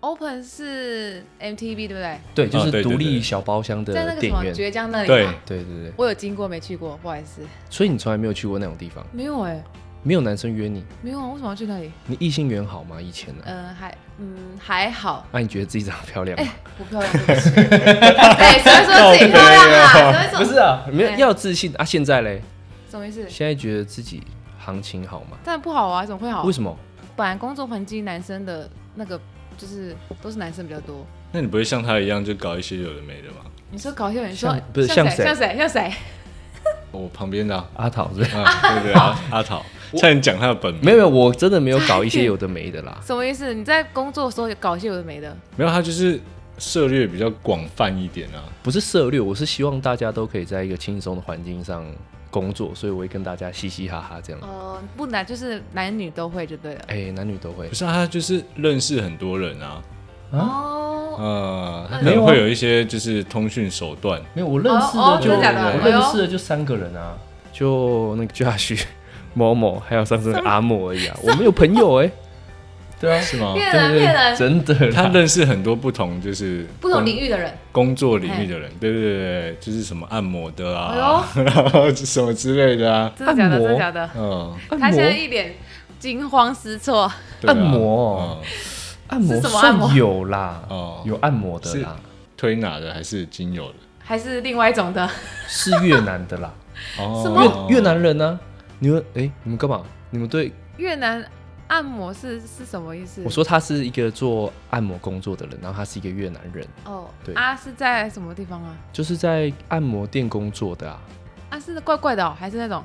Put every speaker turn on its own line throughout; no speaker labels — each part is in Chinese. Open 是 MTV 对不对？
对，就
啊
是
对对
独立
对
小包厢
在
的
那个什
电
么
影院。
绝江那里
对
吗？
对对对，
我有经过，没去过，不好意思。
所以你从来没有去过那种地方，
没有哎、
没有男生约你，
没有啊，为什么要去那里？
你异性缘好吗？以前呢、啊？
嗯，还嗯还好。
你觉得自己长得漂亮
哎、
吗？
不漂亮，对不起 哎，谁会说自己漂亮啊？谁会
不
说
是啊，没有
哎
要有自信啊！现在嘞，
什么意思？
现在觉得自己行情好吗？
但不好啊，怎么会好
为？什么？
本来工作环境男生的那个就是都是男生比较多。
那你不会像他一样就搞一些有的没的吗？
你说搞笑人说
像不是
像
像谁
像谁像谁？
我旁边的啊，
阿桃是不是
啊 对对阿阿桃，差点讲他的本 名
没有没有，我真的没有搞一些有的没的 啦。
什么意思？你在工作的时候搞笑有的没的？
没有，他就是涉猎比较广泛一点啊。
不是策略，我是希望大家都可以在一个轻松的环境上工作，所以我会跟大家嘻嘻哈哈这样。
呃，不难，就是男女都会就对了。
哎、男女都会
不。是啊，他就是认识很多人啊，
哦，
呃，他可
没有
能
啊
会有一些就是通讯手段，
没有，我认
哦哦，真的假的？
我
哎呦
认识的就三个人啊，就那个 Josh、某 某，还有上次那个阿莫而已啊。我们有朋友哎、对啊，
是吗？
骗人骗人，
真的啦，
他认识很多不同就是
不同
工
领域的人。
工作领域的人，对对对，对就是什么按摩的
哎
啊，
呦，
然后 什么之类的啊，
真的假的？
按摩
真的假的？
嗯，
他
按
现在
摩
一脸惊慌失措。
对啊
按摩，啊
嗯
按摩
是什么按摩
算有啦，
哦
有按摩的啦，
推拿的还是精油的？
还是另外一种的，
是越南的啦，
哦
什么
越越南人呢？你们哎，你们干嘛？你们对
越南按摩是是什么意思？
我说他是一个做按摩工作的人，然后他是一个越南人，
哦，
对
啊是在什么地方啊？
就是在按摩店工作的啊，
啊是怪怪的哦，还是那种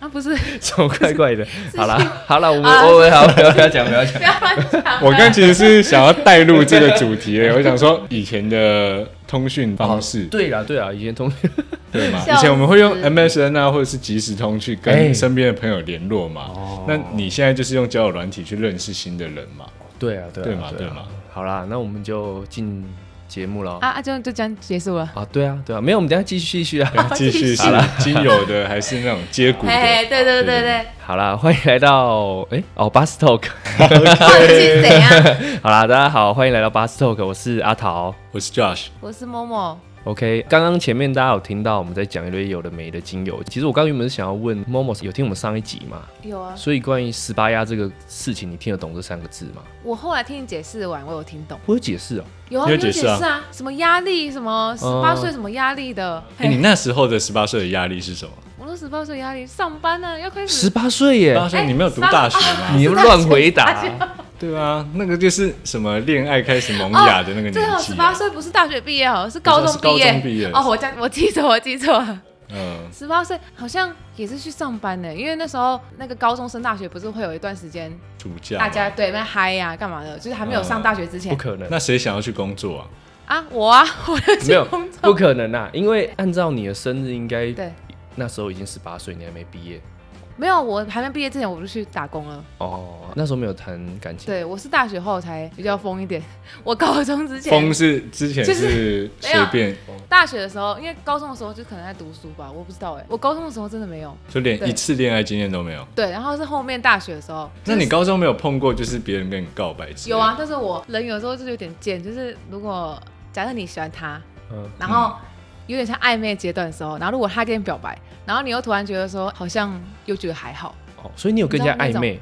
啊不是？
超怪怪的。好啦，好啦，我们
啊
我们好，不要不要讲，不要讲
不。要乱 讲。啊
我刚其实是想要带入这个主题的，我想说以前的通讯方式，
哦
对啦，对啊啦，以前同
对嘛？
笑
以前我们会用
死
MSN 啊，或者是即时通去
哎
跟身边的朋友联络嘛。
哦
那你现在就是用交友软体去认识新的人嘛？
对啊，对啊，
对嘛对
啊
嘛。
好啦，那我们就进节目了哦
啊啊就就这样结束了。
啊，对啊，对啊，没有，我们等一下继续继续啊。
继续是 精油的还是那种接骨
嘿
的？
嘿，对对对对，
好啦，欢迎来到哎哦巴斯 talk。
到底是怎 样？
好啦，大家好，欢迎来到巴斯 talk，我是阿桃。
我是 Josh，
我是某某，
OK，刚刚前面大家有听到我们在讲一堆有的没的精油，其实我刚原本是想要问 Momo 有听我们上一集嘛？
有啊，
所以关于十八压这个事情，你听得懂这三个字吗？
我后来听你解释完，我有听懂。
我有解释哦、
有啊，
你有
你有
解释啊
释啊，嗯什么压力，什么十八岁什么压力的。
哎、你
嘿
那时候的十八岁的压力是什么？
我都十八岁压力，上班啊呢要开始
十八岁
十
耶
八，岁你没有读大学
哎
吗？
你又乱回答、
对啊，那个就是什么恋爱开始萌芽的那个年纪、
最
啊。
好哦十八岁不是大学毕业哦，是高中毕
不是是
业。
高中毕业
哦，我讲我记错，我记错了。
嗯，
十八岁好像也是去上班呢，因为那时候那个高中升大学不是会有一段时间
暑假嘛
大家对那嗨呀、干嘛的，就是还没
嗯
有上大学之前、
不可能，
那谁想要去工作啊？
啊，我啊， 我要
没
去
有
工，
不
作。
可能啊！因为按照你的生日，应该
对，
那时候已经十八岁，你还没毕业
没有，我还没毕业之前我就去打工了。
哦。那时候没有谈感情，
对，我是大学后才比较疯一点，我高中之前
风是之前
就是
是随便，
大学的时候，因为高中的时候就可能在读书吧，我不知道哎、我高中的时候真的没有。
就连一次恋爱经验都没有。
对，然后是后面大学的时候，
那你
就是
高中没有碰过就是别人跟你告白之类的
有啊？？但是我人有时候就是有点贱，就是如果假设你喜欢他，
嗯，
然后有点像暧昧阶段的时候，然后如果他跟你表白，然后你又突然觉得说好像又觉得还好，
哦，所以你有跟人家暧昧，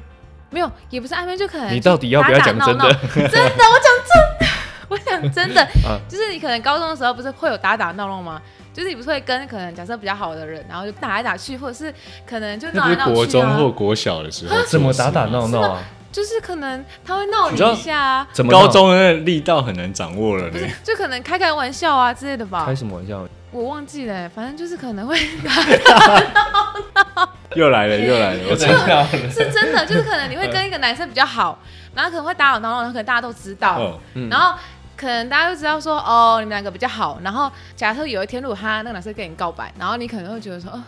没有，也不是暧昧，就可能
你到底要不要讲真的
打打闹闹真的，我讲真，我讲真的
啊，
就是你可能高中的时候不是会有打打闹闹吗？就是你不是会跟可能假设比较好的人，然后就打来打去，或者是可能就
那
闹
不
来
是
闹去、啊、啊
国中或国小的时 候做的事
怎
吗，
么打打闹闹啊？
就是可能他会闹你
你知道
一下、啊，
怎么闹
高中的那个力道很难掌握了呢。
就可能开开玩笑啊之类的吧
开，什么玩笑？
我忘记了、反正就是可能会
又来了，又 来了，我操！
是真的，就是可能你会跟一个男生比较好，然后可能会打打闹闹，然后可能大家都知道，
哦，
嗯
然后可能大家就知道说哦，你们两个比较好。然后假设有一天，如果他那个男生跟你告白，然后你可能会觉得说，哦，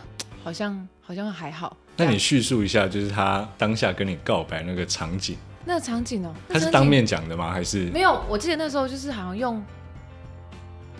好像好像还好。
那
这
你
样
叙述一下，就是他当下跟你告白那个场景，
那个场景哦，那场
他是
景
当面讲的吗？还是
没有？我记得那时候就是好像用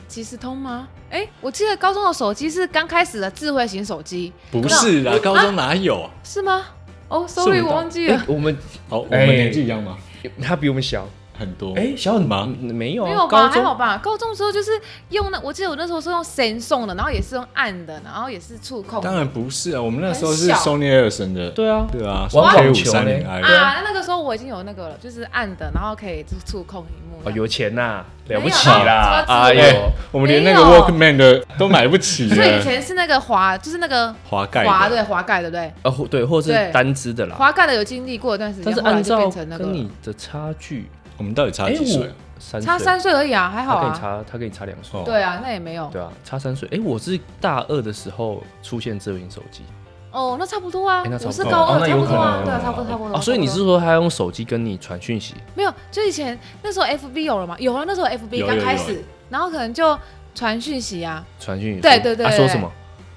即时通吗？哎，我记得高中的手机是刚开始的智慧型手机，
不是啦？高中哪有啊？
是吗？哦，sorry，
是我
我
们的
忘记
哎
了。
我们
好，我
哎
们年纪一样吗？
他比我们小，
很多。
哎，小很
吗
嗯没有啊，
没有吧？
高
还好
中
吧？高中的时候就是用那，我记得我那时候是用神送的，然后也是用按的，然后也是触
哦
控的。
当然不是啊，我们那时候是
很小
Sony Ericsson 的，
对啊，
对啊，
玩
黑
网
五
球
三零
嘞
i，
啊，那那个时候我已经有那个了，就是按的，然后可以触触控荧幕。
哦，有钱呐，了不
没有
起啦
啊，什么
哎呦
哎，我们连那个
没有
Walkman 的都买不起
所以以
耶，
前是那个滑，就是那个
滑盖的
滑对滑盖，对不对？
哦，或对，或是
对
单支的啦，
滑盖的有经历过一段时间，
啊但是
后来
按
就
照
变成那个
跟你的差距，
我们到底差
哎，
几岁啊？
我三
差
岁
三岁而已啊，还好
他跟你
啊。
差，他跟你差两岁，
哦
对啊，那也没有。
对啊，差三岁。哎，我是大二的时候出现智慧型手机
哦，那差不多啊
哎那，差
我
不
是
多
高
哦
二，
那
差
有
不多啊，
可能
对啊，差不多差不多。
哦，所以你
差
是
不多
说他用手机跟你传讯息？
没有？就以前那时候 FB 有了嘛？有了，啊那时候
有
FB 刚
有
开
有
始，然后可能就传讯息啊，
传讯息说，
对对对
他
对
说什么？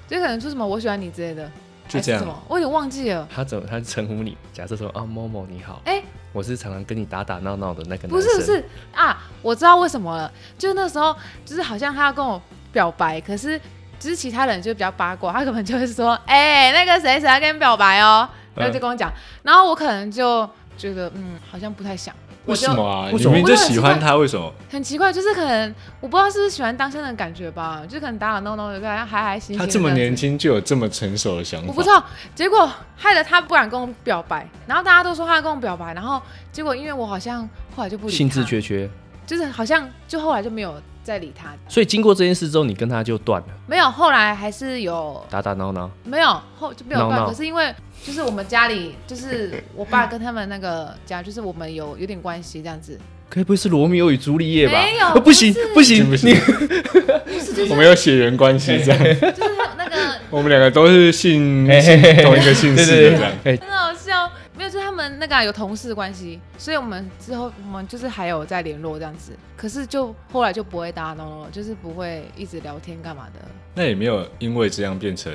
就可能说什么我喜欢你之类的，
就
还是
这样
什么我有点忘记了。
他怎么他称呼你？假设说啊，某某你好，
哎，
我是常常跟你打打闹闹的那个男生。
不是不是啊，我知道为什么了，就是那时候就是好像他要跟我表白，可是只是其他人就比较八卦，他可能就会说，哎、那个谁谁要跟你表白哦，
嗯
然后就跟我讲，然后我可能就觉得嗯，好像不太想，我
为
就
什么啊？
为
你
什么
明明就喜欢他，为什么？
很奇怪，就是可能我不知道是不是喜欢当下那种感觉吧，就可能打打闹闹的，跟他嗨嗨心心。
他这么年。轻就有这么成熟的想法？
我不知道，结果害得他不敢跟我表白，然后大家都说他要跟我表白，然后结果因为我好像后来就不理他，
兴致缺缺，
就是好像就后来就没有再理他，
所以经过这件事之后，你跟他就断了，
没有，后来还是有，
打打闹闹。
没有后就没有断。
闹闹
可是因为就是我们家里，就是我爸跟他们那个家，就是我们有有点关系这样 子。
该不会是罗密欧与朱丽叶吧？
没有
呃不行
不是
不行
不行
你
我们有血缘关系这样，
就是他那个
我们两个都是姓
嘿嘿嘿
姓同一个姓氏的这样。
哎，
很好笑，没有，就是他们那个啊有同事关系，所以我们之后我们就是还有在联络这样子。可是就后来就不会打打闹闹了，就是不会一直聊天干嘛的，
那也没有因为这样变成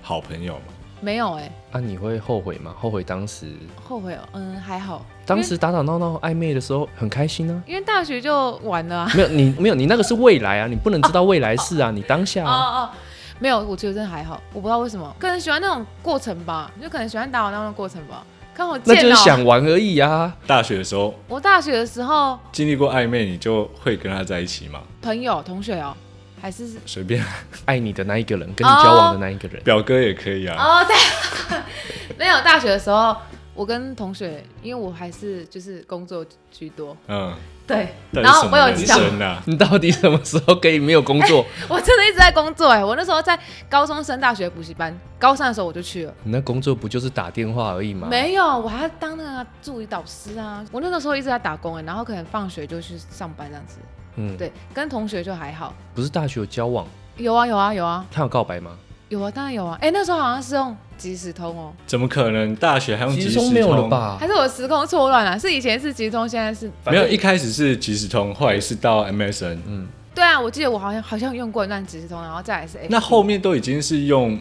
好朋友嘛？
没有哎、
啊，你会后悔吗？后悔当时
后悔哦，嗯，还好，
当时打打闹闹暧昧的时候很开心啊。
因为因为大学就玩了啊。
没有你没有你那个是未来啊，你不能知道未来事啊，你当下
哦
啊。
哦，没有，我觉得真的还好，我不知道为什么，可能喜欢那种过程吧，就可能喜欢打网闹的过程吧。看我
那
贱
就是
哦、
想玩而已啊，
大学的时候
我大学的时候，
经历过暧昧，你就会跟他在一起嘛？
朋友、同学哦、还是
随便，
爱你的那一个人，跟你交往的那一个人，
表哥也可以啊。
哦，对， 没有大学的时候，我跟同学，因为我还是就是工作居多，
嗯，
对，
到底
然后
什
我
么
有
人
提到。
生啊？
你到底什么时候可以没有工作？
我真的一直在工作哎、我那时候在高中升大学补习班，高三的时候我就去了。
你那工作不就是打电话而已吗？
没有，我还要当那个助理导师啊。我那个时候一直在打工哎、然后可能放学就去上班这样子。
嗯，
对，跟同学就还好。
不是大学有交往，
有啊有啊有啊
他有告白吗？
有啊，当然有啊。哎、那时候好像是用即时通哦，
怎么可能？大学还用即
其
时
实都
通
没有了？
啊
吧？
还是我时空错乱了、啊是以前是即时通，现在是……
没有，一开始是即时通，后来是到 MSN，
对啊，我记得我好像好像用过一段即时通，然后再来是哎 A。
那后面都已经是用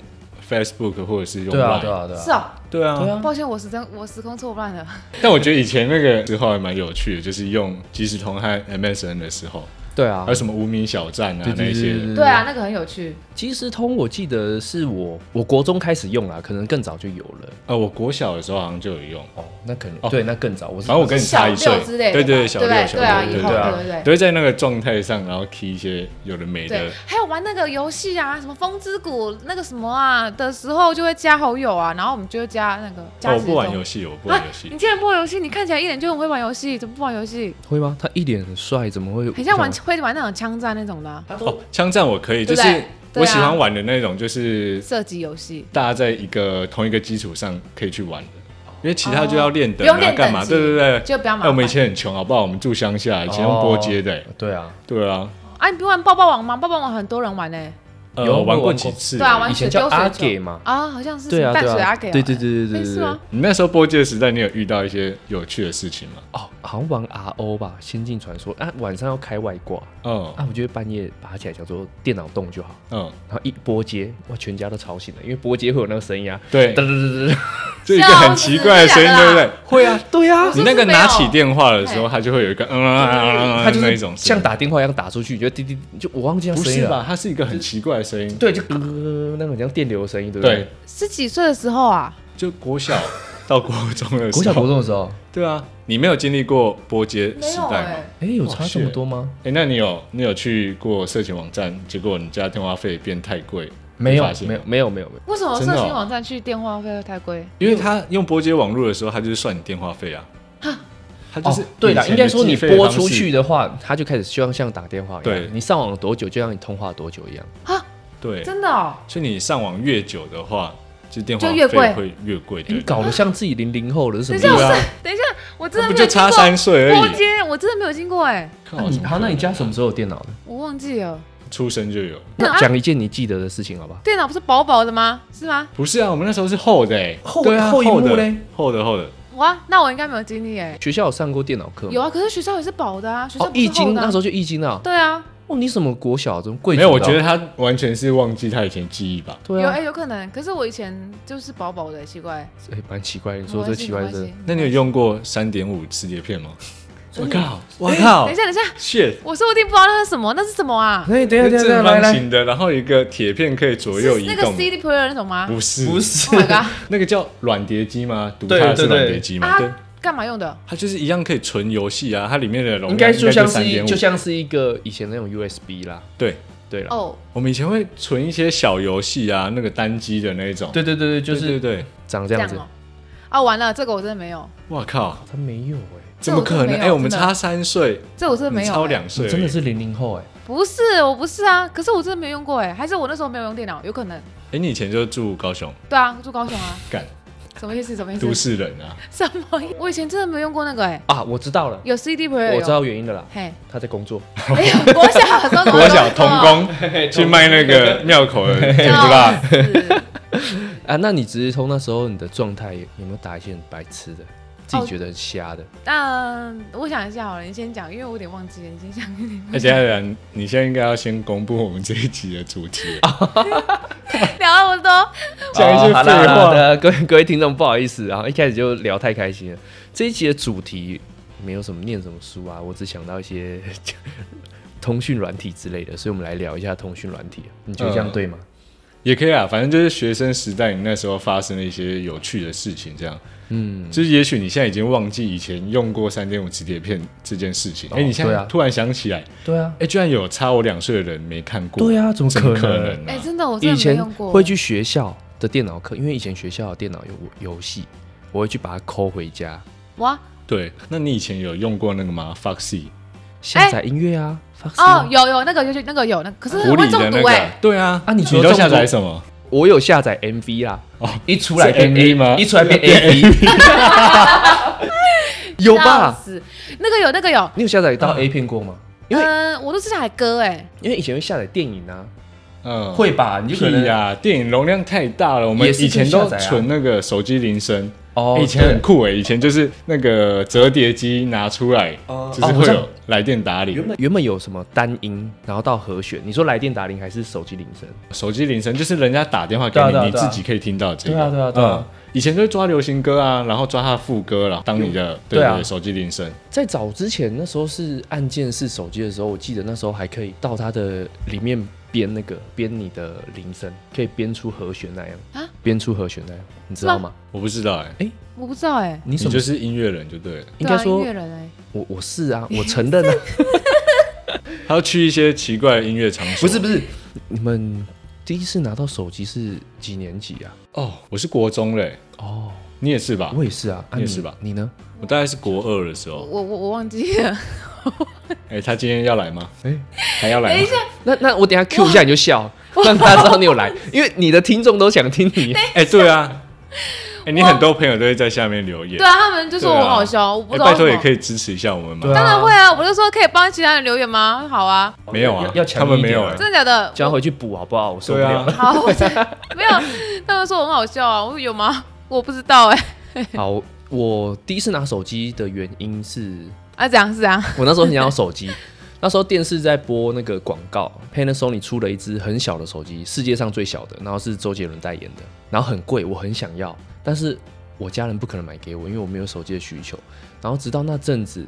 Facebook 或者是用
对啊
Line。
对啊对啊，
是哦，
对啊，
对啊，
抱歉，我时针我时空错乱了。
但我觉得以前那个时候还蛮有趣的，就是用即时通和 MSN 的时候，
对啊
还有，什么无名小站啊
对
那
对
一
对
些
对
的，
对啊，那个很有趣。
即时通我记得是我我国中开始用啦，可能更早就有了。
呃，我国小的时候好像就有用，
哦，那可能、
哦
对，那更早。我是
反正我跟你差一岁
小六之类，的吧，
对对，
对
小
不
六
对
小
对啊，
六，
以
对
后
对啊
对对
都会在那个状态上，然后 key 一些有的没
对
的，，
还有玩那个游戏啊，什么风之谷那个什么啊的时候，就会加好友啊，然后我们就会加那个加
哦
时
我
钟。
不玩游戏，我不玩游戏
啊你，竟然不玩游戏？你看起来一脸就很会玩游戏，怎么不玩游戏？
会吗？他一脸很帅，怎么会？
很像
啊
玩会玩那种枪战那种的啊、
哦，枪战我可以，
对
就
不
是
对对啊
我喜欢玩的那种，就是
射击啊游戏。
大家在一个同一个基础上可以去玩的，因为其他就要练
哦不
等
用
啊
练
干嘛，
等级
对对对。
就比较麻
哎，
烦。
我们以前很穷，好不好？我们住乡下，以前用波街
哦
的，哎
对啊，
对啊，
啊，你不玩抱抱网吗？抱抱网很多人玩呢、
呃
有啊
我玩
我
过
玩
几
过
次，
对啊，哦玩
以前
水
叫
丢
阿
水
给
球
嘛。
啊，好像是
对
什
啊
么淡
对
水
啊
阿，给、
对对对对对
类似
对
吗
对。
你那时候播街的时代，你有遇到一些有趣的事情吗？
哦，好像玩 RO 吧，《仙境传说》啊，晚上要开外挂
嗯
啊，我就会半夜爬起来想说电脑动就好，
嗯，
然后一拨接，哇，全家都吵醒了，因为拨接会有那个声音啊，
对
噔，噔噔噔噔，
这一个很奇怪的声音，
笑死
对
真的假的
不对
啦？
会啊，对啊
我，
你
是
那个拿起电话的时
没
候，
有
它就会有一个嗯嗯嗯嗯，
它就
那
是
一种声
像
音，
打电话一样打出去，你就滴滴，就我忘记那
不
声音啊
是啊
了
吧，？它是一个很奇怪的声音，
对，就咯咯咯咯那种像电流的声音，对不
对，
是几岁的时候啊？
就国小到国中的时候，
国小国中的时候，
对啊，你没有经历过波接
没
时
有
代
哎、
吗？
哎，有差这么多吗？
哎、那你有你有去过色情网站，结果你家电话费变太贵？
没有
发，现
没有，没有，没有，没有。
为什么
真的
社
哦
群网站去电话费会太贵？
因为他用拨接网络的时候，他就是算你电话费啊。他就
哦
是、，
对了，应该说你播出去，的话，它就开始就像像打电话一
对
样，你上网多久就像你通话多久一样。
对，
真的哦，
所以你上网越久的话，就电话
就
费
越贵
会越贵。
哎你
对，
搞得像自己零零后了，是什
等一
么
下，
意
我
思？啊
是等一下，我真
那
的
不
没
就
有经
差
过
三岁而
波
已。
接，我真的没有经过哎、
靠
哦你
怎么
好，那你
可能
家什么时候有电脑的？
我忘记了。
出生就有？
那啊
那讲一件你记得的事情，好不好？
电脑不是薄薄的吗？是吗？
不是啊，我们那时候是厚的、欸，
厚
对啊，
厚一幕
的
嘞，
厚的厚的。
哇，那我应该没有经历哎、
学校有上过电脑课吗？
有啊，可是学校也是薄的啊，学校
哦，
不是
易经
厚的啊
那时候就易经啊。
对啊，
哦，你什么国小怎么贵族的
没
啊？
有，我觉得他完全是忘记他以前记忆吧。
对
有哎、
啊，
有可能。可是我以前就是薄薄的，奇怪。
哎，蛮奇怪的。你说这奇怪
没关
的
系，
那你有用过三点五磁碟片吗？我靠！我
没
靠
哎关系等一下，等一下，
！shit！
我说不定不知道那是什么，那是什么啊？
哎，等一下，等一下，
正
等一下来
方
来，
形的，然后一个铁片可以左右
是
移
那个
动。
CD player 那种吗？
嗯
不是
不，是
Oh my god！
那个叫软碟机吗？读它
对对对
是软碟机吗？对
啊，，干嘛用的？
它就是一样可以存游戏啊，它里面的容量
应该就像是
三
一
点五
就。像是一个以前那种 USB 啦，
对，
对了，
哦，
我们以前会存一些小游戏啊，那个单机的那一种。
对对对对，就
对对
是
对，
长这
这
样
样
子
哦。。啊，完了，这个我真的没有，
哇靠！
他没有哎，
这
怎
我
么可
真的
能？
没有
哎，我们
真的
差三岁，
这我真的
你
没有、
超
哎
两岁
你哦
而已，
真的是零零后哎，
不是，我不是啊，可是我真的没有用过哎、还是我那时候没有用电脑，有可能。
哎，你以前就住高雄，
对啊，住高雄啊，
干
什么意思？什么意
都
思？
市人啊，
什么意？我以前真的没用过那个哎、
啊，我知道了，
有 CD player 有
我知。道原因的啦，
嘿，
他在工作，
哎呦，国小的时候怎么
国
会
小
用
童
啊，
工 去卖那个庙口的甜不辣。
哦是
啊，那你直接通那时候你的状态有没有打一些很白痴的，自己觉得很瞎的？
嗯，我想一下好了，你先讲，因为我有点忘记了，你先讲。
而且然，你现在应该要先公布我们这一集的主题了。
聊那么多，
嗯讲一
哦
些
好
废
啦好
话。
啦各位各位听众，不好意思啊，一开始就聊太开心了。这一集的主题没有什么念什么书啊，我只想到一些 通讯软体之类的，所以我们来聊一下通讯软体。啊你觉得这样对吗？
也可以啊，反正就是学生时代，你那时候发生了一些有趣的事情，这样。嗯，就是也许你现在已经忘记以前用过三点五磁铁片这件事情，
哦
哎、你现
对
在
啊
突然想起来，哎、
对啊，
居然有差我两岁的人没看过。
对啊，怎么
怎么
可
可
能？
能
哎、
啊？
真的我真
以
的没
前
用过。
会去学校的电脑课，因为以前学校的电脑有游戏，我会去把它抠回家
哇
对，那你以前有用过那个吗？Foxy
下载音乐啊。Foxy
哎哦
啊，
有有那个有那个有那个，可是
狐
会
狸
中
的那
毒
个
哎、
啊，对啊，
啊你除了
你都
中毒
下载什么？
我有下载 MV 啦，
哦
一出来
是
变 A
MV 吗
一出 来变 AV，有
笑
吧？
死，那个有那个有，
你有下载到 A 片过吗？因为
嗯、我都是海歌哎、
因为以前会下载电影啊，
嗯，
会吧？你就可
屁
能哎
呀、电影容量太大了，我们
也是
以前
可以
都
下载啊
存那个手机铃声。
哦
以前很
对
酷哎，以前就是那个折叠机拿出来，
哦
就是
哦我
会
知道
有来电打铃
原，本原本有什么单音，然后到和弦，你说来电打铃还是手机铃声？
手机铃声就是人家打电话给
对啊对啊
你，你
对啊
自己可以听到这个。
对啊对啊对啊
嗯。以前就抓流行歌啊，然后抓它的副歌啦，当你的对
对啊
对手机铃声，
在早之前，那时候是按键式手机的嗯时候，我记得那时候还可以到它的里面编那个编你的铃声，可以编出和弦那样
啊
编出和弦那样，你知道吗？
我不知道哎，
我不知道哎、
你
你
什么？
就是音乐人就对了，
应该
对啊、
说
音乐人哎、
我我是 啊，我承认啊，
他要去一些奇怪的音乐场所。
不是不是，你们第一次拿到手机是几年级啊？
哦，我是国中嘞，
哦，
你也是吧？
我也是啊，啊
你也
你
是吧
你呢？
我大概是国二的时
我
候，
我我忘记了，
哎，他今天要来吗？
哎
还要来
等一
吗？
下，
那那我等一下 Q 一下你就笑，让大家知道你有来，因为你的听众都想听你。
哎，对啊，哎，你很多朋友都会在下面留言
对，啊，他们就说我好凶，我不
哎，
知道为
拜
什么。
托也可以支持一下我们嘛
对。啊
当然会啊，我就说可以帮其他人留言吗？好啊，
没有啊
要要强
他们
一点
没有
啊
欸
真的假的？
叫他回去补好不好？我受不
对
了
啊。
好，我真 没有，他们说我很好笑啊，我说有吗？我不知道哎、
好，我第一次拿手机的原因是
啊，怎样是怎样？
我那时候很想要手机，那时候电视在播那个广告，Panasonic 出了一只很小的手机，世界上最小的，然后是周杰伦代言的，然后很贵，我很想要，但是我家人不可能买给我，因为我没有手机的需求。然后直到那阵子，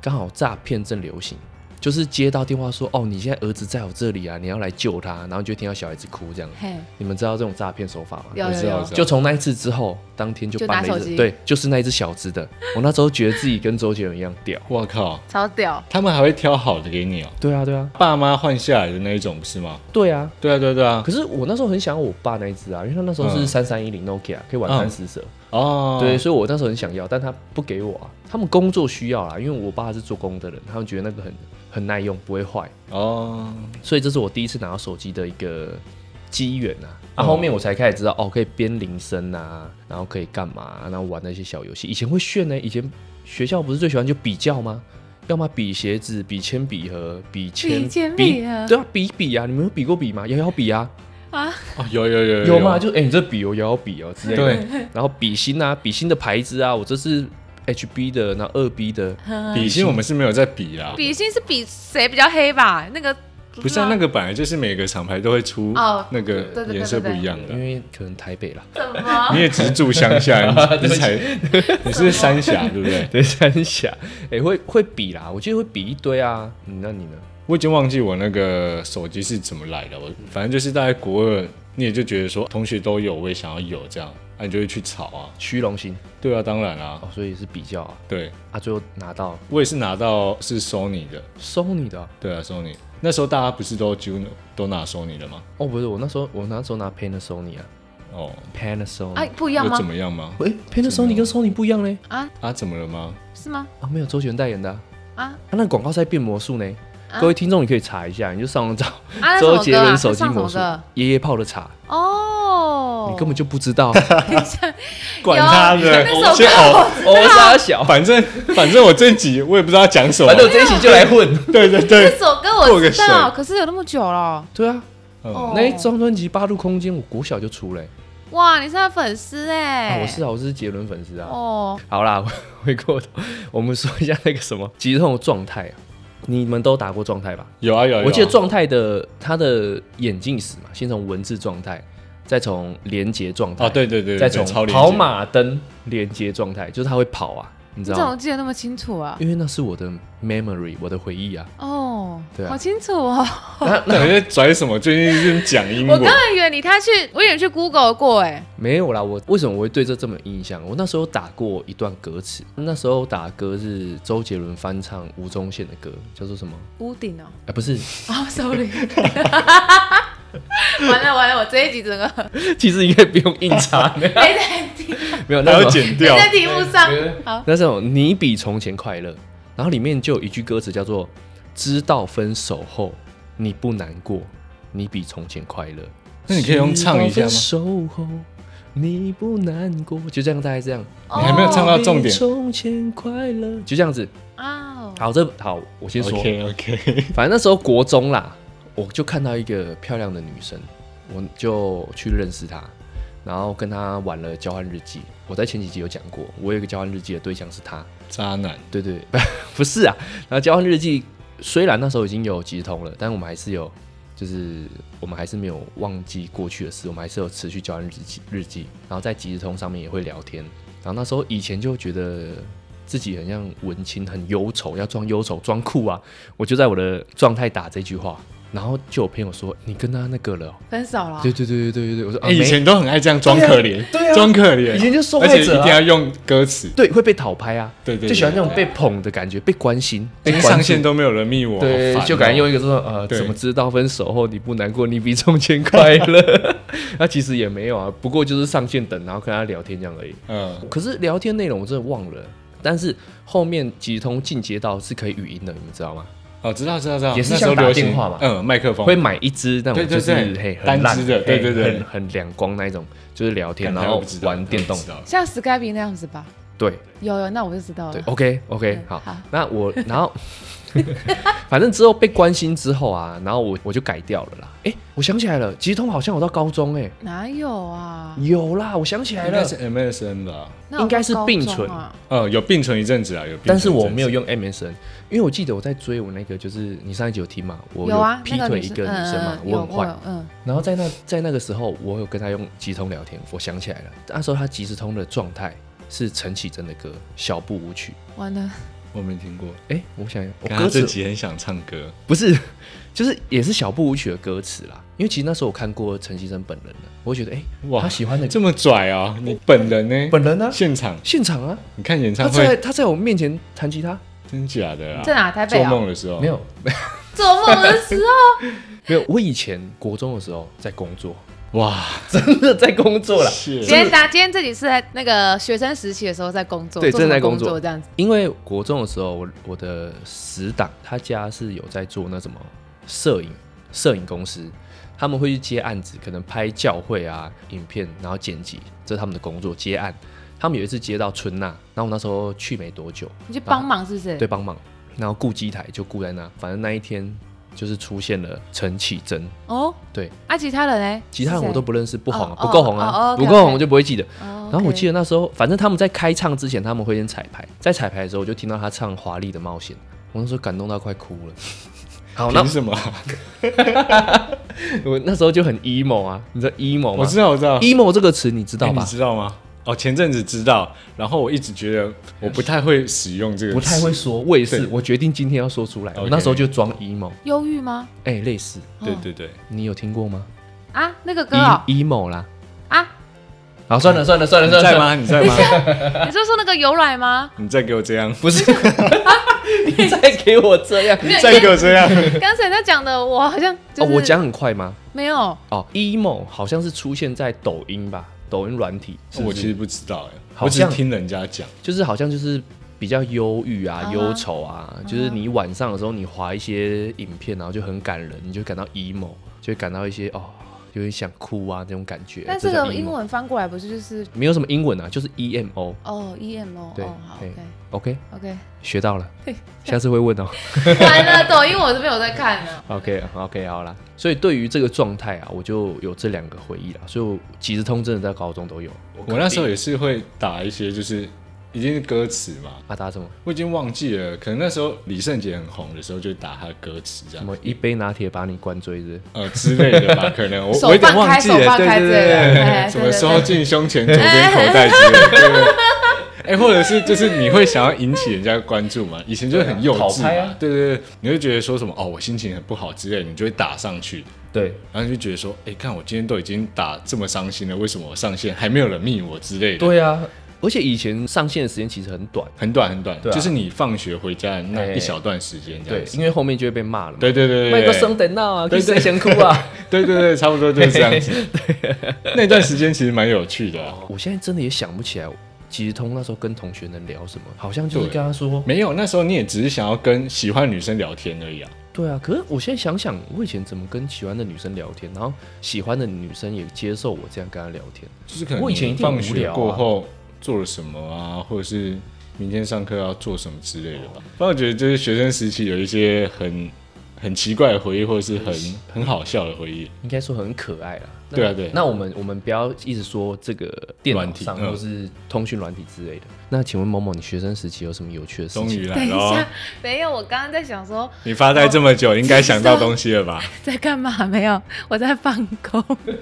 刚好诈骗正流行，就是接到电话说，哦，你现在儿子在我这里啊，你要来救他，然后就听到小孩子哭这样。
嘿，
你们知道这种诈骗手法吗？
有
我
有
知道我
有
知，道
就从那一次之后，当天就
就
办
拿
了一
手
只，
机
对，就是那一只小只的。我那时候觉得自己跟周杰伦一样屌。
我靠，
超屌，
他们还会挑好的给你哦，
对啊，对啊，
爸妈换下来的那一种不是吗？
对啊。
对啊，对啊对啊，
可是我那时候很想要我爸那一只啊，因为他那时候是三三一零 Nokia，可以玩
嗯
贪食蛇。
哦，
对，，所以我那时候很想要，但他不给我啊。他们工作需要啦，因为我爸是做工的人，他们觉得那个很很耐用，不会坏。
哦，
所以这是我第一次拿到手机的一个机缘啊。啊，
哦
后面我才开始知道哦，可以编铃声啊，然后可以干嘛、啊然后玩那些小游戏。以前会炫呢、以前学校不是最喜欢就比较吗？要么比鞋子，比铅笔盒，比铅
比铅笔盒
对啊，比笔啊，你们有比过笔吗？摇摇笔啊，
哦，有有有
有吗？就哎、你这笔有摇摇笔哦之类的。
对，
然后比心啊，比心的牌子啊，我这是 HB 的，然后二 B 的，
比心我们是没有在比啦，
比心是比谁比较黑吧？那个
不是啊，那个本来就是每个厂牌都会出
哦
那个
对对对
颜色不一样
因
的。
为可能台北 啦，
怎么
你也只是住乡 下，你你是才你是三峡对不对？
对，三峡，哎、会会比啦，我记得会比一堆啊。嗯，那你呢？
我已经忘记我那个手机是怎么来的，我反正就是大概国二，你也就觉得说同学都有，我也想要有这样，啊，你就会去吵啊，
虚荣心
对啊，当然啊，
哦，所以是比较啊，
对
啊，最后拿到
我也是拿到是 Sony 的，
Sony 的啊、
对啊，Sony 那时候大家不是都 Juno 都拿 Sony 的吗？
哦，不是，我那时候我那时候拿 Panasonic 啊
哦，
，Panasonic，
哎
哎、
不一样
有
吗
怎？么样吗？
p a n a s o n i c 跟 Sony 不一样嘞，
啊
啊，怎么了吗？
是吗？
啊，没有周杰伦代言的啊，
啊
啊那广告是在变魔术呢。
啊
各位听众，你可以查一下，你就上网找
啊，那什么
周
歌
杰伦
啊
手机
他唱什
魔
么
术
歌？
爷爷泡的茶，
哦，
你根本就不 知道。
管他
有
的
啊那首歌，
先哦，
我傻小，
反正反正我这集我也不知道要讲什么
反，正我这一期就来混。
哦
对对对
这，首歌
过
我
个
知道，
审
可是有那么久了。
对啊，
哦
嗯
那一张专辑《八度空间》，我国小就出了欸、
哇，你是他粉丝哎、
啊我是啊，我是杰伦粉丝啊。
哦，
好啦， 回过头，我们说一下那个什么极痛的状态啊。你们都打过状态吧？
有啊有啊，
我记
有
得
啊
状态的它的眼镜史嘛，先从文字状态，再从连接状态，
哦，对对对，对
再
对超
从
连
跑
接
马灯连接状态，就是它会跑啊，你知
你怎
道
么
吗？
记得那么清楚啊？
因为那是我的 memory，我的回忆啊。
哦，
对啊
好清楚哦！
那你在拽什么？最近是讲英
我
文
刚，才以为你他去，我以为你去 Google 过哎、
没有啦，我为什么我会对这这么有印象？我那时候打过一段歌词，那时候打歌是周杰伦翻唱吴宗宪的歌，叫做什么？
屋顶哦。
哎、不是，
哦、s o r r y 完了完了，我这一集整个
其实应该不用硬 查，
没在题，
没有，
还
那
要
时候
剪
没
掉。
在题目上
对。
好，
那时候你比从前快乐，然后里面就有一句歌词叫做“知道分手后你不难过，你比从前快乐”。
那你可以用唱一
知
下吗
道分手后你不难过，就这样，大概这样。
你还没有唱到重
比
点。
从前快乐，就这样子。
哦，
好，这好，我先说。
OK OK，
反正那时候国中啦，我就看到一个漂亮的女生，我就去认识她，然后跟她玩了交换日记。我在前几集有讲过，我有一个交换日记的对象是她，
渣男
对对， 不不是啊。然后交换日记虽然那时候已经有即时通了，但我们还是有，就是我们还是没有忘记过去的事，我们还是有持续交换日记日记，然后在即时通上面也会聊天。然后那时候以前就觉得自己很像文青，很忧愁，要装忧愁装酷啊，我就在我的状态打这句话。然后就有朋友说你跟他那个了哦、
分手了
对。对对对对对，我说啊
哎，以
没
前都很爱这样装可怜，
对啊
装可怜，
以前就受
而
害
且一
者、
定
啊，
要用歌词，
对会被讨拍啊，
对对，
就喜欢那种
对
被捧的感觉，被关心，被
连
关
上
注
线都没有人密我，
对
好，烦哦
就感觉用一个说呃，
对
怎么知道分手后你不难过，你比从前快乐？ 那其实也没有啊，不过就是上线等，然后跟他聊天这样而已。
嗯，
可是聊天内容我真的忘了，但是后面几通进阶到是可以语音的，你们知道吗？
哦，知道知道知道，
也是
那时
像
候
打
流行
电话嘛
嗯，麦克风
会买一支那种
对
就
对
是
对
嘿很
单
烂
支的
嘿
对对对
很很亮光那一种，就是聊天
干
然
他又
后
不知道
玩电动
他，又不知
像
道
Skype 那样子吧？
对。
有有，那我就知道
对
了。
，OK OK，
嗯
好
好，
那我然后 反正之后被关心之后啊，然后我我就改掉了啦。哎、我想起来了，即时通好像我到高中哎、
哪有啊？
有啦，我想起来
应该
了
是，MSN 吧，
那我
应该是
高中
并存
啊
呃，有并存一阵子啊，有，
但是我没有，用 MSN，因为我记得我在追我那个，就是你上一集有听嘛，我
有啊，
劈腿一个女生嘛，
那个女嗯嗯嗯有
我很坏
有。嗯，
然后在那在那个时候，我有跟他用即时通聊天，我想起来了，那时候他即时通的状态是陈绮贞的歌《小步舞曲》，
完了，
我没听过。
哎、我想一下，我
刚
歌
刚这
词
集很想唱歌，
不是， 就是也是小步舞曲的歌词啦。因为其实那时候我看过陈绮贞本人的，我会觉得哎、
哇
他喜欢的
这么拽啊！你本人呢？
本人呢、啊
现场，
现场啊，
你看演
他哦
唱
在
会，
他在我面前弹吉他，
真假的
在
啊？
哪？台北
做
啊、
梦的时候
没有
做梦的时候，
没有，我以前国中的时候在工 作，
哇，
真的在工作啦。
是
今天大今天这里是在那个学生时期的时候在工作，
对
做什么
正在工
工
作
这样子。
因为国中的时候，我我的死党他家是有在做那什么摄影摄影公司，他们会去接案子，可能拍教会啊影片，然后剪辑，这是他们的工作接案。他们有一次接到春娜，然后我那时候去没多久，
你去帮忙是不是？
对，帮忙，然后顾机台就顾在那，反正那一天就是出现了陈绮贞，
哦，
对，
啊，其他人呢？
其他人我都不认识，不红啊
哦
不够红
哦哦
啊，
，OK，
不够
OK
红我就不会记得。
然
然后我记
得
得那时候，反正他们在开唱之前，他们会先彩排，在彩排的时候，我就听到他唱《华丽的冒险》，我那时候感动到快哭了。好，那
凭什么？
我那时候就很 emo 啊，你知道 emo
我
吗
知道，我知道，
？emo 这个词你知道
哎
吧
你？知道吗？哦，前阵子知道，然后我一直觉得我不太会使用这个词，
不太会说，我也是
对，
我决定今天要说出来。我
OK
那时候就装 emo，
忧郁吗？
哎、类似，
对
哦
对对，
你有听过吗、
啊，那个歌哦
e emo 啦。
啊，
好，算了算了算了
你
算了，
在吗？你在 吗？
你是说那个由来吗？
你再给我这样，
不 是， 你再给我这样。
没有
再给我这 样，
刚才他讲的，我好像就
哦，
是
我讲很快吗？
没有，
哦，emo 好像是出现在抖音吧，抖音软体。是不
我
是
其实不知道哎，
好
我只是
像
听人家讲，
就是好像就是比较忧郁啊
啊、哈
忧、愁啊，就是你晚上的时候你划一些影片，然后就很感人，你就感到 emo，就会感到一些哦，有点想哭啊这种感觉。
但
这
这
叫
个
emo
英文翻过来不是就是
没有什么英文啊，就是 emo。
哦 E M O
对
哦好
嘿
OK
OK，
OK
学到了
嘿，
下次会问哦。
完了，抖音我这边有在看呢。
OK OK，好啦。所以对于这个状态啊，我就有这两个回忆啦。所以我即时通真的在高中都有。
我那时候也是会打一些，就是已经是歌词嘛，
啊打什么
我已经忘记了，可能那时候李圣杰很红的时候，就打他的歌词
什
这样，
么一杯拿铁把你灌醉是不是
呃之类的 吧，可能我
手
我有点
放
忘
开
记
手
了，
放
对
开
对
之类的
对
哎对
对，什么
对
收
对
进胸前左边口袋之类的，对对。哎，或者是就是你会想要引起人家关注嘛？以前就很幼 稚
对啊讨拍
嘛
啊，
对对对，你会觉得说什么哦，我心情很不好之类的，你就会打上去，
对，
然后就觉得说，哎，看我今天都已经打这么伤心了，为什么我上线还没有人密我之类的？
对啊，而且以前上线的时间其实很短，
很短很短，
对啊
就是你放学回家的那
哎
一小段时间这
对
样，子。
因为后面就会被骂了嘛。
对对对
买
对
个
对
生，等闹啊，
对
去谁先哭啊？
对对对，差不多就是这样子。那段时间其实蛮有趣的啊、
我现在真的也想不起来，即时通那时候跟同学能聊什么，好像就是
对
跟他说，
没有，那时候你也只是想要跟喜欢的女生聊天而已啊。
对啊。可是我现在想想，我以前怎么跟喜欢的女生聊天，然后喜欢的女生也接受我这样跟她聊天，
就是可能
我以前一定很无
放学
聊啊
过后做了什么啊，或者是明天上课要做什么之类的吧。但我觉得就是学生时期有一些很很奇怪的回忆，或者是很
嗯
很好笑的回忆。啊
应该说很可爱啦。那
对啊对
那我们我们不要一直说这个电脑上
软体嗯
或是通讯软体之类的。那请问某某，你学生时期有什么有趣的事
终于
情？
来
等一
了哦
下，，没有，我刚刚在想说
你发呆这么久，应该想到东西了吧？
在干嘛？没有，我在放空。 等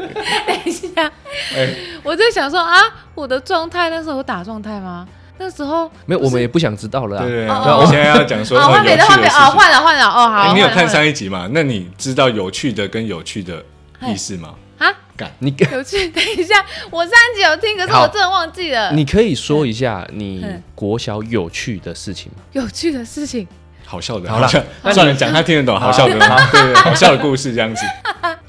一下，
哎、
我在想说啊，我的状态那时候有打状态吗？那时候
没有，我们也不想知道了啊。
对
哦
那我现在要讲说
啊，换
很有
别的，
趣的
换别
事
的哦，
情。
换了换了哦，好
哎，你有
换了
看
换了
上一集嘛？那你知道有趣的跟有趣的意思吗？
啊？
干，
你
有趣， 等一下，我上一集有听，可是
好
我真的忘记了。
你可以说一下你
嗯
国小有趣的事情吗？
有趣的事情，
好笑的，
好啦
笑
那你
算了，讲他听 得懂，
好
好笑的，对对，对好笑的故事这样子，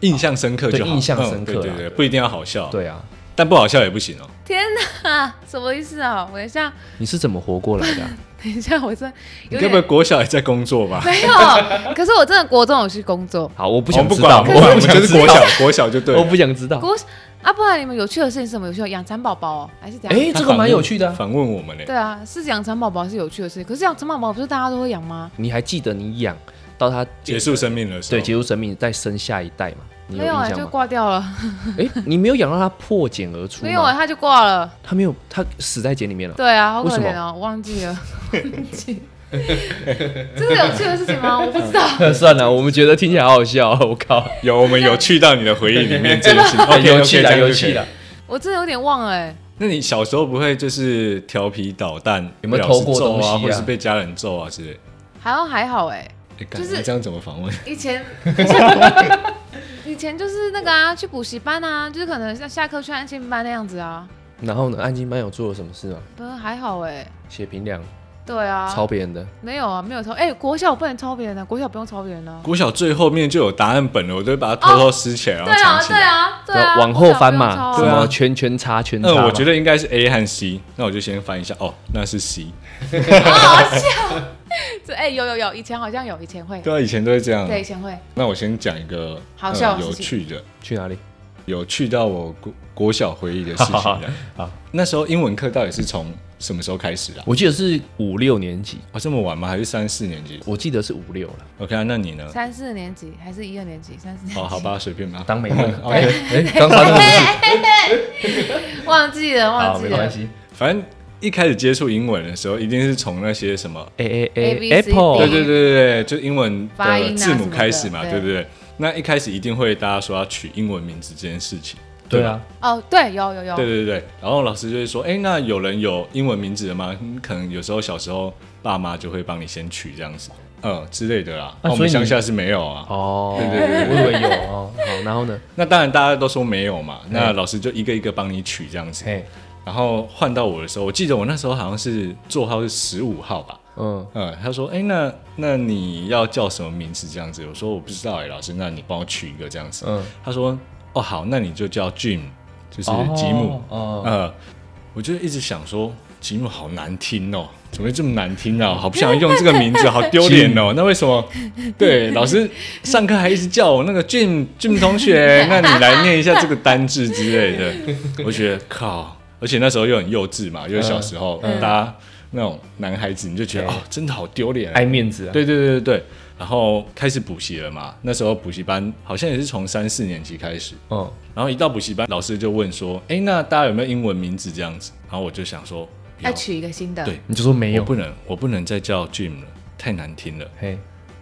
印象深刻就好，
对印象深刻
嗯
啦
对对对，不一定要好笑，
对啊，
但不好笑也不行哦。
天哪，什么意思啊？我等一下，
你是怎么活过来的啊、
等一下，我真的有
你该
点
不会国小也在工作吧？
没有，可是我真的国中有去工作。
好，我不
不
想
不
知道，
管，哦不管，我
不
们
想
就
知
是
道
国小，国小就对
我
了。
不想知道。
国啊，不然你们有趣的事情是什么？有趣的养蚕宝宝哦，还是怎样？
哎，这个蛮有趣的啊。
反问我们呢，
对啊，是养蚕宝宝是有趣的事情，可是养蚕宝宝不是大家都会养吗？
你还记得你养到它
结束生命的时候，
对结束生命再生下一代吗？你
没
印
有啊，
象
就
吗？
挂掉了。
哎，你没有养到它破茧而出吗？
没有啊，他就挂了。
它没有，它死在茧里面了。
对啊，好可
为什么
怜哦，我忘记 了，忘记。这是有趣的事情
嗯
吗？我不知道。
算了，我们觉得听起来好好笑，我靠，
有我们有去到你的回忆里面，这个是 OK，
有趣了，有趣了。
我真的有点忘了哎、
那你小时候不会就是调皮捣蛋，
有没有
不了
偷过
事揍
东西啊
或是被家人揍啊之类？
好像还好哎、
哎干
就是
那这样怎么访问？
以前， 以前就是那个啊，去补习班啊，就是可能像下课去安静班那样子啊，
然后呢，安静班有做了什么事吗？
不是还好哎、
写评量，
对啊，
抄别人的，
没有啊，没有抄，哎、国小不能抄别人的，国小不用抄别人的啊。
国小最后面就有答案本了，我都会把它偷偷撕起来，然后
对
藏
啊，
起
对
来。
啊，对
然
啊，
后往后翻
国小
嘛，
不用抄
什
啊
对
么
啊
圈圈叉圈叉
那
嘛。
我觉得应该是 A 和 C，那我就先翻一下哦，那是 C。
哦 这哎、有有有，以前好像有，以前会，
对啊，以前都会这样。
对，以前会，
那我先讲一个
好笑
呃、
的
有
事情
趣的，
去哪里？
有趣到我国国小回忆的事 情
好
了。
好
那时候英文课到底是从什么时候开始啊？
我记得是五六年级，
啊，这么晚吗？还是三四年级
我记得是五六了，
？OK 啊，那你呢？
三四年级还是一二年级，三四年级，
哦，好吧，随便吧。
当没问。
OK，
哎，刚发生什么事？
忘记了，忘
好，
记
没
了
关，系。
反正一开始接触英文的时候，一定是从那些什么，
A A
A B
A
C D
对
Apple，
对对对对，就英文
哦发音
的
啊
字
什
母
么的
开始嘛，
对
对不对？那一开始一定会大家说要取英文名字这件事情，
对
吧
啊，
哦，对，有有有，
对对对对，然后老师就会说，哎，那有人有英文名字的吗？嗯可能有时候小时候爸妈就会帮你先取这样子，嗯之类的啦。
啊
那我
所以
们
你
乡下是没有啊。
哦，
对对对
我以为有哦。好，然后呢？
那当然大家都说没有嘛，那
对
老师就一个一个帮你取这样子。
嘿，
然后换到我的时候，我记得我那时候好像是座号是十五号吧。
嗯，
嗯，他说，哎，那那你要叫什么名字这样子？我说我不知道哎，老师，那你帮我取一个这样子。
嗯
他说，哦好，那你就叫 Jim，就是吉姆。
哦，
呃，我就一直想说，吉姆好难听哦，怎么会这么难听
嗯
啊？好不想用这个名字，好丢 脸哦。那为什么？对，老师上课还一直叫我那个俊俊同 学，那你来念一下这个单字之类的。我觉得靠，而且那时候又很幼稚嘛，就是小时候、大家那种男孩子，你就觉得
嗯对
哦，真的好丢脸、啊。
爱面子啊。
对对对对对。然后开始补习了嘛，那时候补习班好像也是从三四年级开始，
嗯，
然后一到补习班，老师就问说：“哎，那大家有没有英文名字这样子？”然后我就想说，不
要
要
取一个新的，
对
你就说没
我
有。
不能，我不能再叫 Jim 了，太难听了。
嘿，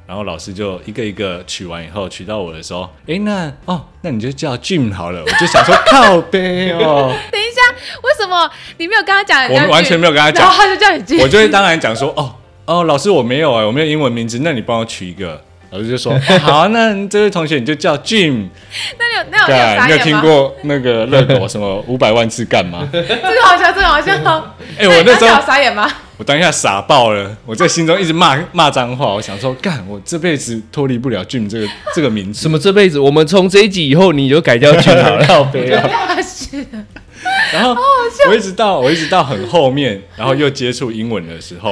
然后老师就一个一个取完以后，取到我的时候，哎，那哦，那你就叫 Jim 好了。我就想说靠背哦，
等一下，为什么你没有跟他 讲人
我
家
们完全没
有
有跟他
然
讲
后，他就叫你进，
我就会当然讲说，哦哦，老师我没有哎、我没有英文名字，那你帮我取一个。老师就说、哦好啊，那这位同学你就叫 Jim。
那你有那有那有
干，
哦傻
啊你有
眼
听
吗？
过那个热狗什么五百万次干 吗？
这个好笑，这个好笑哦。
哎、我那时候
有傻 眼吗？
我当下傻爆了，我在心中一直骂骂脏话，我想说，干，我这辈子脱离不了 Jim 这个这个名字
什。么？这辈子我们从这一集以后你就改叫俊好 了。
靠背啊！
是，
然后我一直到我一直到很后面，然后又接触英文的时候，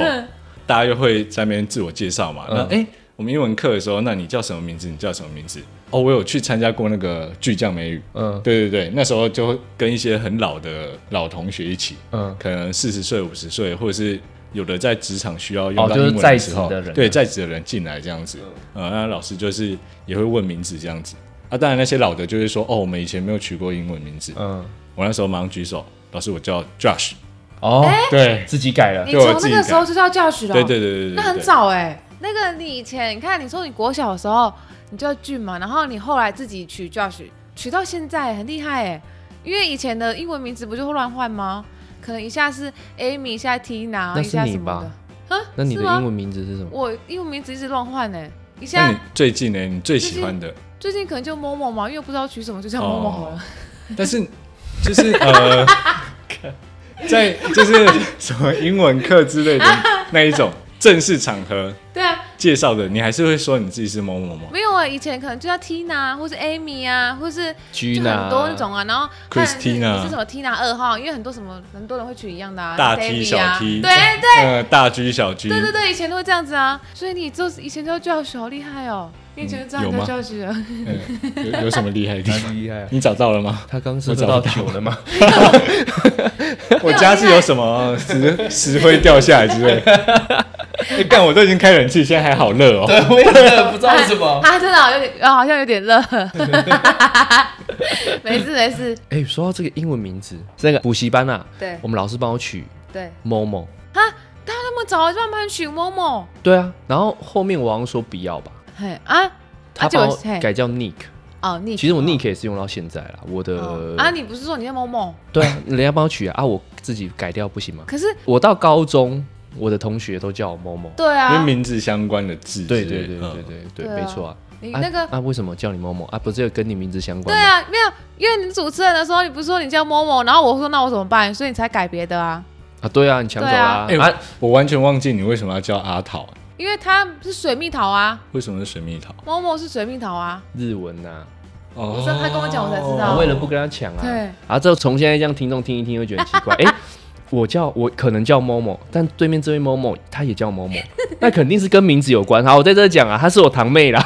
大家又会在那边自我介绍嘛。
嗯
那哎、诶我们英文课的时候，那你叫什么名字？你叫什么名字？哦，我有去参加过那个巨匠美语。
嗯
对对对，那时候就会跟一些很老的老同学一起，
嗯，
可能四十岁、五十岁，或者是有的在职场需要用
哦
到
就是
英文
在
时
职
候，
的人啊嗯
对在职的人进来这样子，呃，那老师就是也会问名字这样子。啊，当然那些老的就会说，哦，我们以前没有取过英文名字。
嗯，
我那时候马上举手，老师，我叫 Josh。
哦，
对，
自己改了
你。
对我
从
自
那
己
个时候就叫教学了，
对对对对对，
那很
对。
早哎。那个你以前，你看你说你国小的时候你叫俊嘛，然后你后来自己取 Josh，取到现在很厉害哎。因为以前的英文名字不就会乱换吗？可能一下是 Amy，一下 Tina，
那
一
是
下
你
什么
吧
的。啊，
那你的
是吗
英文名字是什么？
我英文名字一直乱换哎，一
那
下
你最近呢？你最喜欢的？
最近可能就某某嘛，因为不知道取什么，就叫某某好
哦
了。
但是就是呃，在就是什么英文课之类的那一种正式场合
对啊，
介绍的，你还是会说你自己是某某某
没有啊，以前可能就叫 Tina 啊或是 Amy 啊，或是就
Gina
很多那种啊，然后后来是
Christina
你是什么 Tina 二号，因为很多什么很多人会取一样的啊，
大
Debbie
T 小
啊、对
T，
对
呃，大 G 小 G，
对对对，以前都会这样子啊，所以你就是以前就叫学好厉害哦，你以前就知道
有
你
吗
叫教 学，
嗯有有什么厉害的 地方？
厉害啊！
你找到了吗？
他刚是喝到
我找
酒了吗？
我家是有什么石石灰掉下来之类的？ 哎干，我都已经开冷气，现在还好热哦。
我 也不知道为什么。
啊，真的好像有点啊，好像有点热， 没事没事，
哎、说到这个英文名字，那个补习班啊，
对
我们老师帮我取
对，
某某。
他那么早就帮他们取某某，
对啊，然后后面我好像说不要吧，
嘿啊，
他
就
帮我
嘿
改叫 Nick，
哦，你
其实我呃 nick 也是用到现在啦，我的、
哦啊，你不是说你在某某？
对啊，人家帮我取啊，啊我自己改掉不行吗？
可是
我到高中，我的同学都叫我某某。
对
因为
啊，
名字相关的字之类
对对
的，
对对
嗯
对对对，
对啊
没错啊。
你
啊
那个
啊，为什么叫你某某啊？不是有跟你名字相关
对
吗？
啊，没有，因为你主持人的时候，你不是说你叫某某，然后我说那我怎么办？所以你才改别的啊，
啊，对啊，你抢走啦
哎、
啊！
我我完全忘记你为什么要叫阿桃、
因为他是水蜜桃啊，
为什么是水蜜桃？
某某是水蜜桃啊，
日文呐，
哦
知道他跟我讲我才知道
啊，为了不跟他抢啊，
对
啊，之后从现在这样听众听一听会觉得很奇 怪，哎。我叫我可能叫某某，但对面这位某某他也叫 某某，那肯定是跟名字有关。好，我在这讲啊，她是我堂妹啦。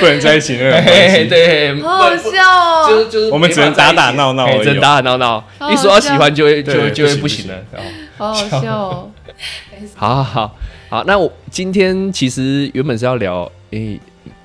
不能在一起那个关
嘿嘿
系。
对，
好好
不
笑哦。
就是就是
我们只能打打闹闹
没办
而
法在一起嘿哎只
已哦
能打打闹
好
闹。
好
一说到喜欢就会就
对
会就会
不
不
行
行了。哦
好好笑 哦！
好好好好，那我今天其实原本是要聊，诶，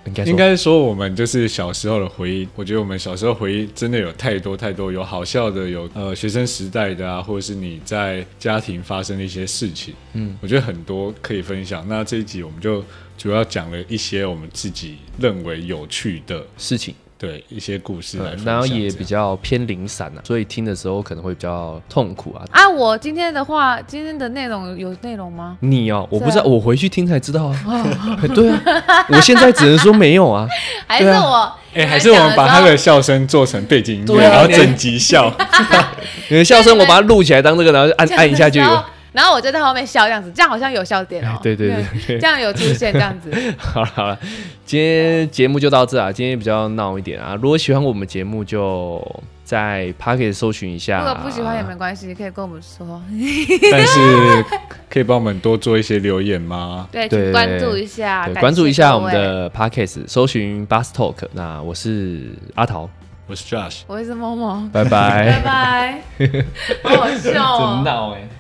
应该说
应该说我们就是小时候的回忆，我觉得我们小时候回忆真的有太多太多，有好笑的，有呃学生时代的啊，或者是你在家庭发生的一些事情，嗯，我觉得很多可以分享。那这一集我们就主要讲了一些我们自己认为有趣的，
事情，
对一些故事来
嗯
分享、
然后也比
这样
较偏零散啊，所以听的时候可能会比较痛苦啊。
啊，我今天的话，今天的内容有内容吗？
你哦，我不知
是啊哦
道，我回去听才知道啊。 对啊，我现在只能说没有啊。
还是
对啊
我？
哎、还是我们把他
你
的笑声做成背景音乐，
对啊
然后整 集笑。
你的笑声我把它录起来当这个，然后就
讲
按
的时候
按一下就
讲的
有
时。候然后我就在后面笑这样子，这样好像有笑点哦
哎。对对对
这样有出现这样 子。
好了好了，今天节目就到这啊，今天比较闹一点啊。如果喜欢我们节目，就在 Pocket 搜寻一下。
如果不喜欢也没关系，可以跟我们 说。
但是可以帮我们多做一些留言吗？
对，
对
请关注一下，感
对
谢
关注一下我们
各位。
的 Pocket，搜寻 Bus Talk。那我是阿桃，
我是 Josh。
我是某某，
拜
拜
拜。
拜。好好笑哦。
闹哎。